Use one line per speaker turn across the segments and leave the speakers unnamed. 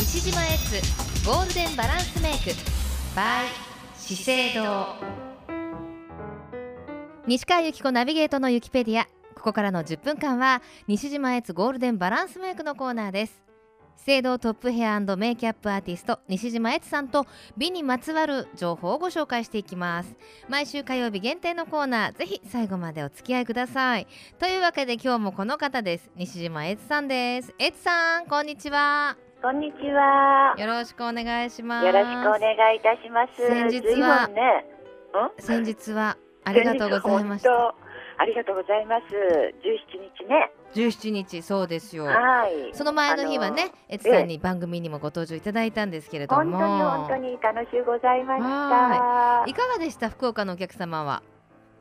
西島エッツゴールデンバランスメイク by 資生堂西川由紀子ナビゲートのユキペディアここからの10分間は西島エッツゴールデンバランスメイクのコーナーです資生堂トップヘアメイキャップアーティスト西島エツさんと美にまつわる情報をご紹介していきます毎週火曜日限定のコーナーぜひ最後までお付き合いくださいというわけで今日もこの方です西島エツさんですエツさんこんにちは
こんにちは。
よろしくお願いします
よろしくお願いいたします。
先日
随
は
分ね、ん
先日はありがとうございまし。
先日
た
本当ありがとうございます。17日ね。
17日そうですよ
はい。
その前の日はねエツさんに番組にもご登場いただいたんですけれども
本当に本当に楽しゅうございました
い。かがでした福岡のお客様は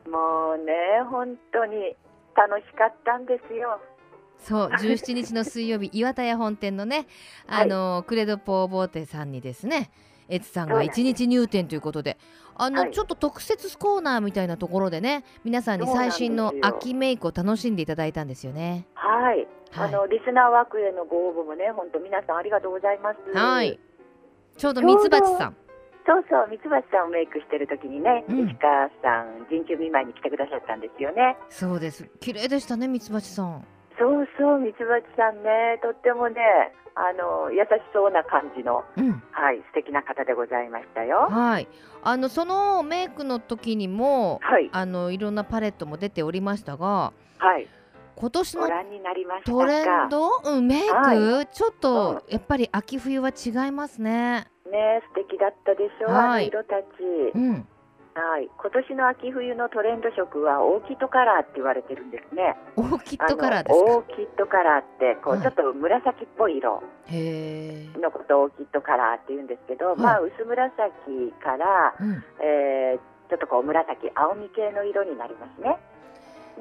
もうね、本当に楽しかったんですよ。
そう17日の水曜日 岩田屋本店のねあの、クレドポーボーテさんにですねエツさん
そ
が
うなんです
1日入店ということであの、
はい
ちょっと特設コーナーみたいなところでね皆さんに
そうなん
最
ですよ
新の秋メイクを楽しんでいただいたんですよね。
はい。
は
あ
い
のリスナーワークへのご応募もね、本当皆さんありがとうございます。
はい。ちょうどミツバチさん
そうそう、三橋さんをメイクしてる時にね、
うん
石川さん、人中見舞いに来てくださったんですよね。
そうです綺麗でしたねミツバチさん
そうそう、三橋さんね、とってもね、あの優しそうな感じの、
うん
はい、素敵な方でございましたよ。
はいあのそのメイクの時にも
はい、
あのいろんなパレットも出ておりましたが
はい、
今年
ご
の
覧になりましたか。
トレンド、うん、メイク、
は
ちょっとやっぱり秋冬は違いますね。
ね、素敵だったでしょう、
はい
あの色たち。
うん、
はい、今年の秋冬のトレンド色はオーキッドカラーって言われてるんですね。
オーキッドカラーで
あ
す
の
か
オ。ーキッドカラーって、こ
は
う
い
ちょっと紫っぽい色。
へえ。
のことをオーキッドカラーって言うんですけど、
い
まあ薄紫から、
うん、
えーちょっとこう紫青み系の色になりますね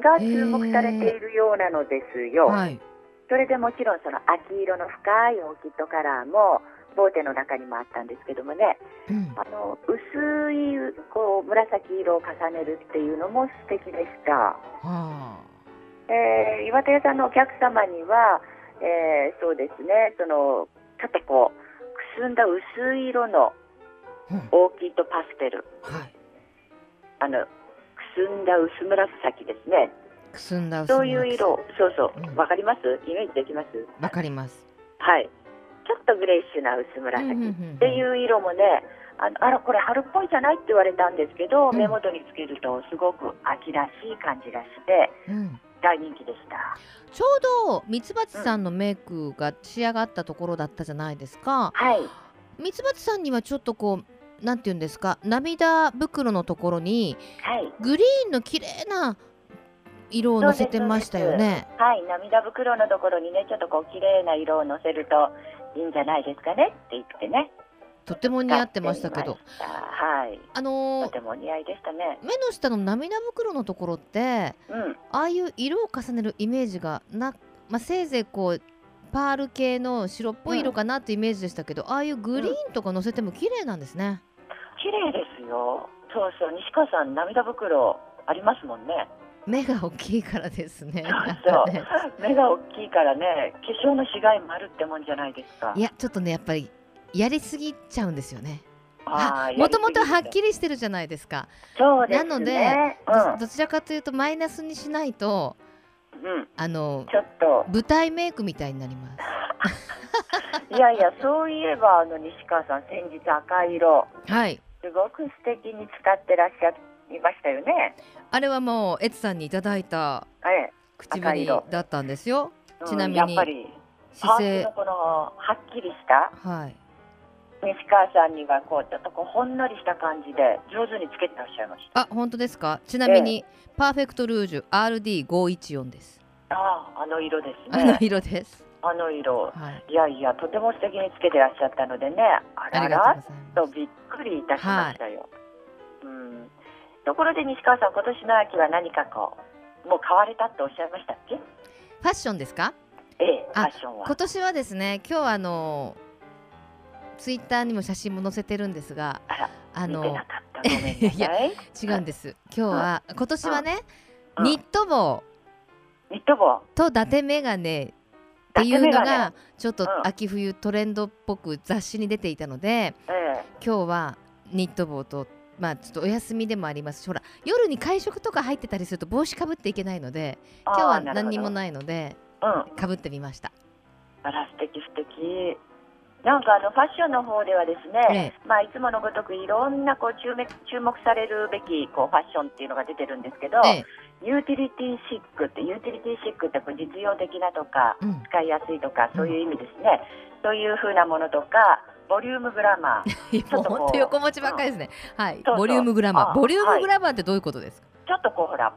が
へー
注目されているようなのですよ、
はい。
それでもちろんその秋色の深いオーキッドカラーもボーテの中にもあったんですけどもね
うん、
あの薄いこう紫色を重ねるっていうのも素敵でした、
は
えー岩手屋さんのお客様には、えーそうですねそのちょっとこうくすんだ薄い色の
あ。うん、
オーキッドパステル
はい。
あのくすんだ薄紫ですね
くすんだ薄
そういう
紫
色そうそう
うん
わ、かりますイメージできます
わかります。
はいちょっとグレイッシュな薄紫、
うんうん
っ
うん
ていう色もねあのあらこれ春っぽいじゃないって言われたんですけど、
うん
目元につけるとすごく秋らしい感じがして
うん。
大人気でした
ちょうどミツバチさんのメイクが仕上がったところだったじゃないですか。
はい
ミツバチさんにはちょっとこう、なんて言うんですか、涙袋のところに
はい
グリーンの綺麗な色をのせてましたよね。
はい涙袋のところにねちょっとこう綺麗な色をのせるといいんじゃないですかねって言ってね
とても似合ってましたけど
やっ。てみましたはい
あの
と
ー
てもお似合いでしたね
目の下の涙袋のところって
うん
ああいう色を重ねるイメージがな、まあ、せいぜいこうパール系の白っぽい色かなってイメージでしたけど、ああいうグリーンとか乗せても綺麗なんですね。
綺麗ですよそうそう西川さん涙袋ありますもんね
目が大きいからですね。なん
そ
か
う
ね
目が大きいからね化粧のしがいもあるってもんじゃないですか
いやちょっとねやっぱりやりすぎちゃうんですよね。
あー
もともとはっ
やりすぎて
きりしてるじゃないですか。
そうですね
なのでどどちらかというとマイナスにしないと
うん、うん、
あの
ちょっと
舞台メイクみたいになります。
いやいやそういえばあの西川さん先日赤色
はい
すごく素敵に使ってらっしゃいましたよね
あれはもうエツさんにいただいた
ええ
口
赤
紅
色
だったんですよ
うん
ちなみに
やっぱり
姿
パーツ
勢
のこのはっきりした
はい
西川さんにはこうちょっとこうほんのりした感じで上手につけてらっしゃいました
あ本当ですかちなみに、パーフェクトルージュ RD514 です
ああ、あの色です
あの
ね。
色です、
あの色。
はい、
いやいや、とても素敵につけてらっしゃったのでね、あ
あ
ら
りが
ら
とうござ
っ
い
と
ます
びっくりいたしましたよ。うん。ところで西川さん、今年の秋は何かこう、もう買われたっておっしゃいましたっけ
ファッションですか
ええ、フ
あ
ァッションは
今。年はですね今日あのツイッターにも写真も載せてるんですが
あら
あ
見て
の
なかった。ご めんなさい。
違うんです今日は今年はね
うん
ニット帽
ニット帽。
と伊達メガネっていうの
だけメガ
がちょっと
うん
秋冬トレンドっぽく雑誌に出ていたので
え
今日はニット帽とまあちょっとお休みでもありますしほら夜に会食とか入ってたりすると帽子かぶっていけないので
え
今日
あ
は
ーなるほど
何にもないので
うん
かぶってみました。
あら素敵素敵なんかあのファッションの方ではですね、まあいつものごとくいろんなこう注目注目されるべきこうファッションっていうのが出てるんですけど、
ええ
ユーティリティシックってユーティリティシックってこう実用的なとか
うん、
使いやすいとかそういう意味ですね、そういう風なものとかボリュームグラマー
もう本当横持ちばっかりですね。はい
そうそう
ボリュームグラマー
あ
ボリュー
は
ム
い
グラマーってどういうことですか。
ちょっとこうほら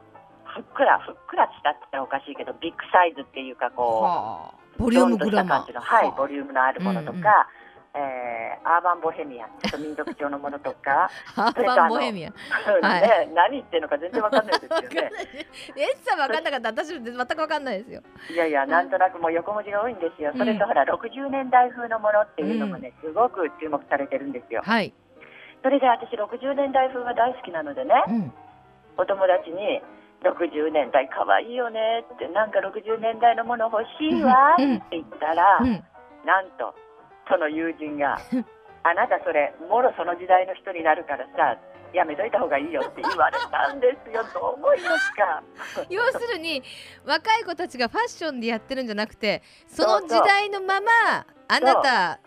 ふっくらふっくらしたって言ったらおかしいけどビッグサイズっていうかこう、
はあボリュームグラマ
ドンとした感
ー。
じのはい
はあ
ボリュームのあるものと
うんうん
か、えーアーバンボヘミアンちょっと民族調のものと か
ハーバンボヘ ミアン。はい
ね、何言ってるのか全然わかんないです
わ
よ
かんない
ね。。
エッチさんわかんなかった。私も全くわかんないですよ。
いやいや、なんとなくもう横文字が多いんですよ。それ
うん
とほら、60年代風のものっていうのもね、すごく注目されてるんですよ。
はい。
それで私、60年代風が大好きなのでね、
うん。
お友達に、60年代かわいいよねって、なんか60年代のもの欲しいわっ
う
て
ん
言ったら、
うん。
なんと、その友人が、あなたそれ、もろその時代の人になるからさ、やめといた方がいいよって言われたんですよ。どう思いますか
要するに若い子たちがファッションでやってるんじゃなくて、その時代のままあなた。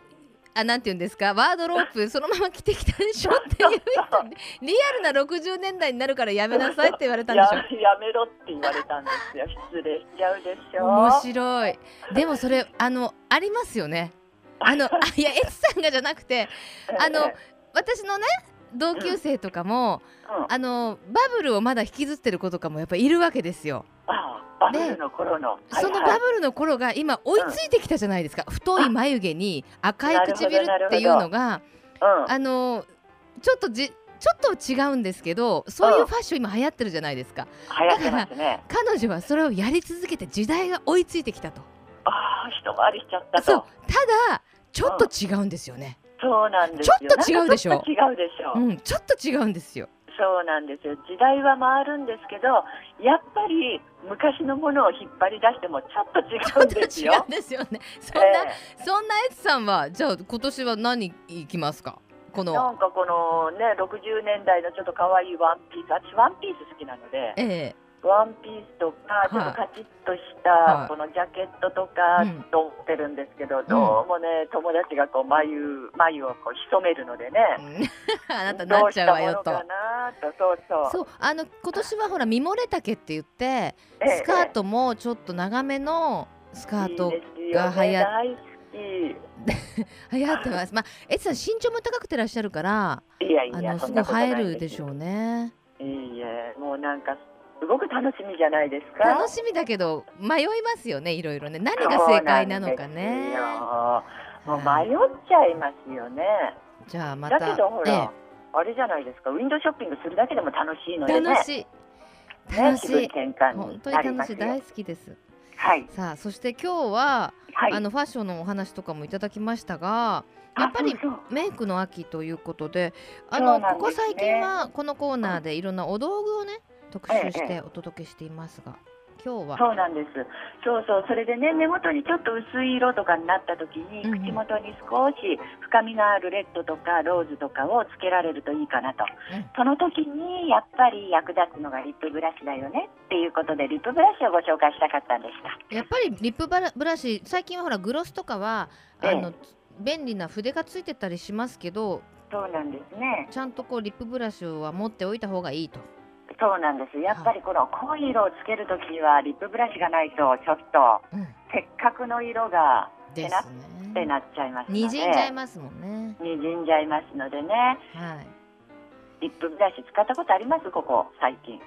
あなんて言うんですかワードロープそのまま着てきたでしょっていう人にリアルな60年代になるからやめなさいって言われたんでし
や
ょ
やめろって言われたんですよ失礼しちゃうでしょ
面白いでもそれあのありますよねあ のあいやエツさんがじゃなくてあの
え
私のね同級生とかも、
えうん、あ
あのバブルをまだ引きずってる子とかもやっぱいるわけですよ、
バブルの頃の、はいはい
そのバブルの頃が今追いついてきたじゃないですか、太い眉毛に赤い唇っていうのが
うん、
あのちょっとじちょっと違うんですけどそういうファッション今流行ってるじゃないですか
流行ってますね
彼女はそれをやり続けて時代が追いついてきたと
ああ一回りしちゃったと
そ
そうう
ただちょっと違うんですよね、
なんですよ
ちょっと違うでしょ
なんかちょっと違うでしょ、
うん、ちょっと違うんですよ
そうなんですよ時代は回るんですけどやっぱり昔のものを引っ張り出してもちょっと違
ちょ
う
っ
ん
と
です
違
よ
うんですよね そんな、
え
そんなエツさんはじゃあ今年は何いきますかこ
え
の
なんかこのね60年代のちょっと可愛いワンピース私ワンピース好きなので
ええ
ワンピースとか、ちょっとカチッとしたこのジャケットとか
うん
と思ってるんですけど、どうもね、友達がこう眉眉をこう潜めるのでね、
うん あなたなっちゃうわよと
どうしたものかなと、そうそう、
そうあの今年はほらミモレ丈って言って
ええ
スカートもちょっと長めのスカート
いいですよ
が流行っ
ね、
流行ってますまあエツさん身長も高くてらっしゃるから
大好き、いやい
あ
や、
の
そ
す
ん
ご
ないことな
映
い
えるでしょ
う。
うね
いいえ、もうなんか、すごく楽しみじゃないですか。
楽しみだけど迷いますよねいろいろね何が正解なのかね
そうなんですよもう迷っちゃいますよね。
じゃあま
だ
た
けどほ
え
ら、あれじゃないですかウィンドウショッピングするだけでも楽しいの
え
でね
楽しい
ね
楽し
気分
い
転換
本
に
当
なり
に
ま
楽
す
し
よ
い大好きです
はい
さあそして今日は、
はい
あのファッションのお話とかもいただきましたが
あ
やっぱり
そうそう
メイクの秋ということであ
そ
の
うなん
ここ
ですね
最近はこのコーナーでいろんなお道具をね特集し
え
てお届けしていますが今日は
そうなんですそうそうそれでね目元にちょっと薄い色とかになった時に、
うんうん
口元に少し深みのあるレッドとかローズとかをつけられるといいかなと、
うん
その時にやっぱり役立つのがリップブラシだよねっていうことでリップブラシをご紹介したかったんでした
やっぱりリップバラブラシ最近はほらグロスとかはあの、便利な筆がついてたりしますけど
そうなんですね
ちゃんとこうリップブラシは持っておいた方がいいと。
そうなんですやっぱりこの濃い色をつける時にはリップブラシがないとちょっ
う
と
ん、
せっかくの色が
で
な
す
って
ね。
なっちゃいますので
にじんじゃいますもんね。
にじんじゃいますのでね
はい。
リップブラシ使ったことありますここ最近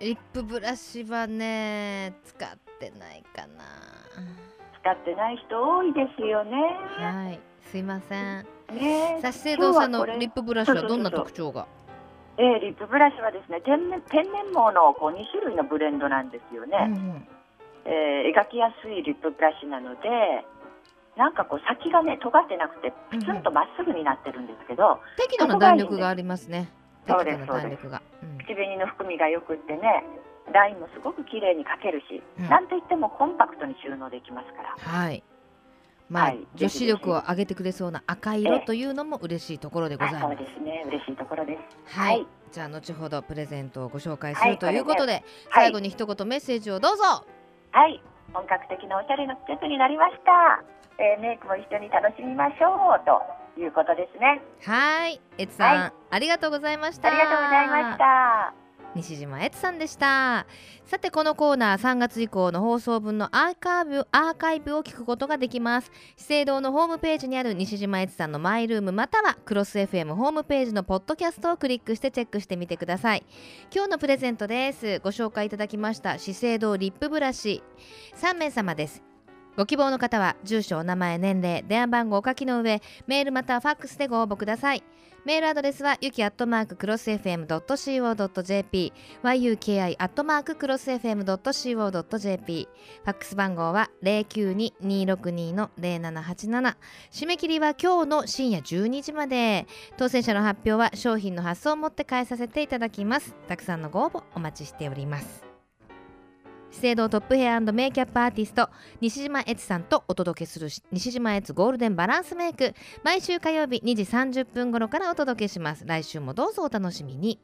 リップブラシはね使ってないか
使ってない人多いですよね
なはいすいません
ね
さし生堂さんの
今日はこれ
リップブラシはどんな
そうそう
特徴が
えーリップブラシはですね天然天然毛のこう2種類のブレンドなんですよ
うん
ね、
うん
えー描きやすいリップブラシなのでなんかこう先がね尖ってなくてプツンとまっすぐになってるんですけど、
適度な弾力がありますね
そ
適
うで
度
す
な弾力が、うん
口紅の含みがよくってねラインもすごく綺麗に描けるし、
うん
なんといってもコンパクトに収納できますから。
はい。まあ、
はい
女子力を上げてくれそうな赤色というのも嬉しいところでござい
あ
ます。
そうですね、嬉しいところです。
はい、
はい
じゃあ後ほどプレゼントをご紹介す
は
る
い
ということで、
はい
最後に一言メッセージをどうぞ。
はい、本格的なおしゃれの季節になりました。えーメイクも一緒に楽しみましょうということですね。
はい、エツさん、
は
ありがとうございました。
ありがとうございました。
西島エツさんでした。さてこのコーナー3月以降の放送分のアーカイブアーカイブを聞くことができます。資生堂のホームページにある西島エツさんのマイルームまたはクロス FM ホームページのポッドキャストをクリックしてチェックしてみてください。今日のプレゼントです。ご紹介いただきました資生堂リップブラシ3名様です。ご希望の方は住所お名前年齢電話番号をお書きの上メールまたはファックスでご応募ください。メールアドレスはゆきアットマーククロス FM.co.jp yuki アットマーククロス fm ドット co ドット jp ファックス番号は零九二二六二の零七八七締め切りは今日の深夜十二時まで当選者の発表は商品の発送をもって返させていただきますたくさんのご応募お待ちしております資生堂トップヘアメイキャップアーティスト西島悦さんとお届けするし西島悦ゴールデンバランスメイク毎週火曜日2時30分頃からお届けします来週もどうぞお楽しみに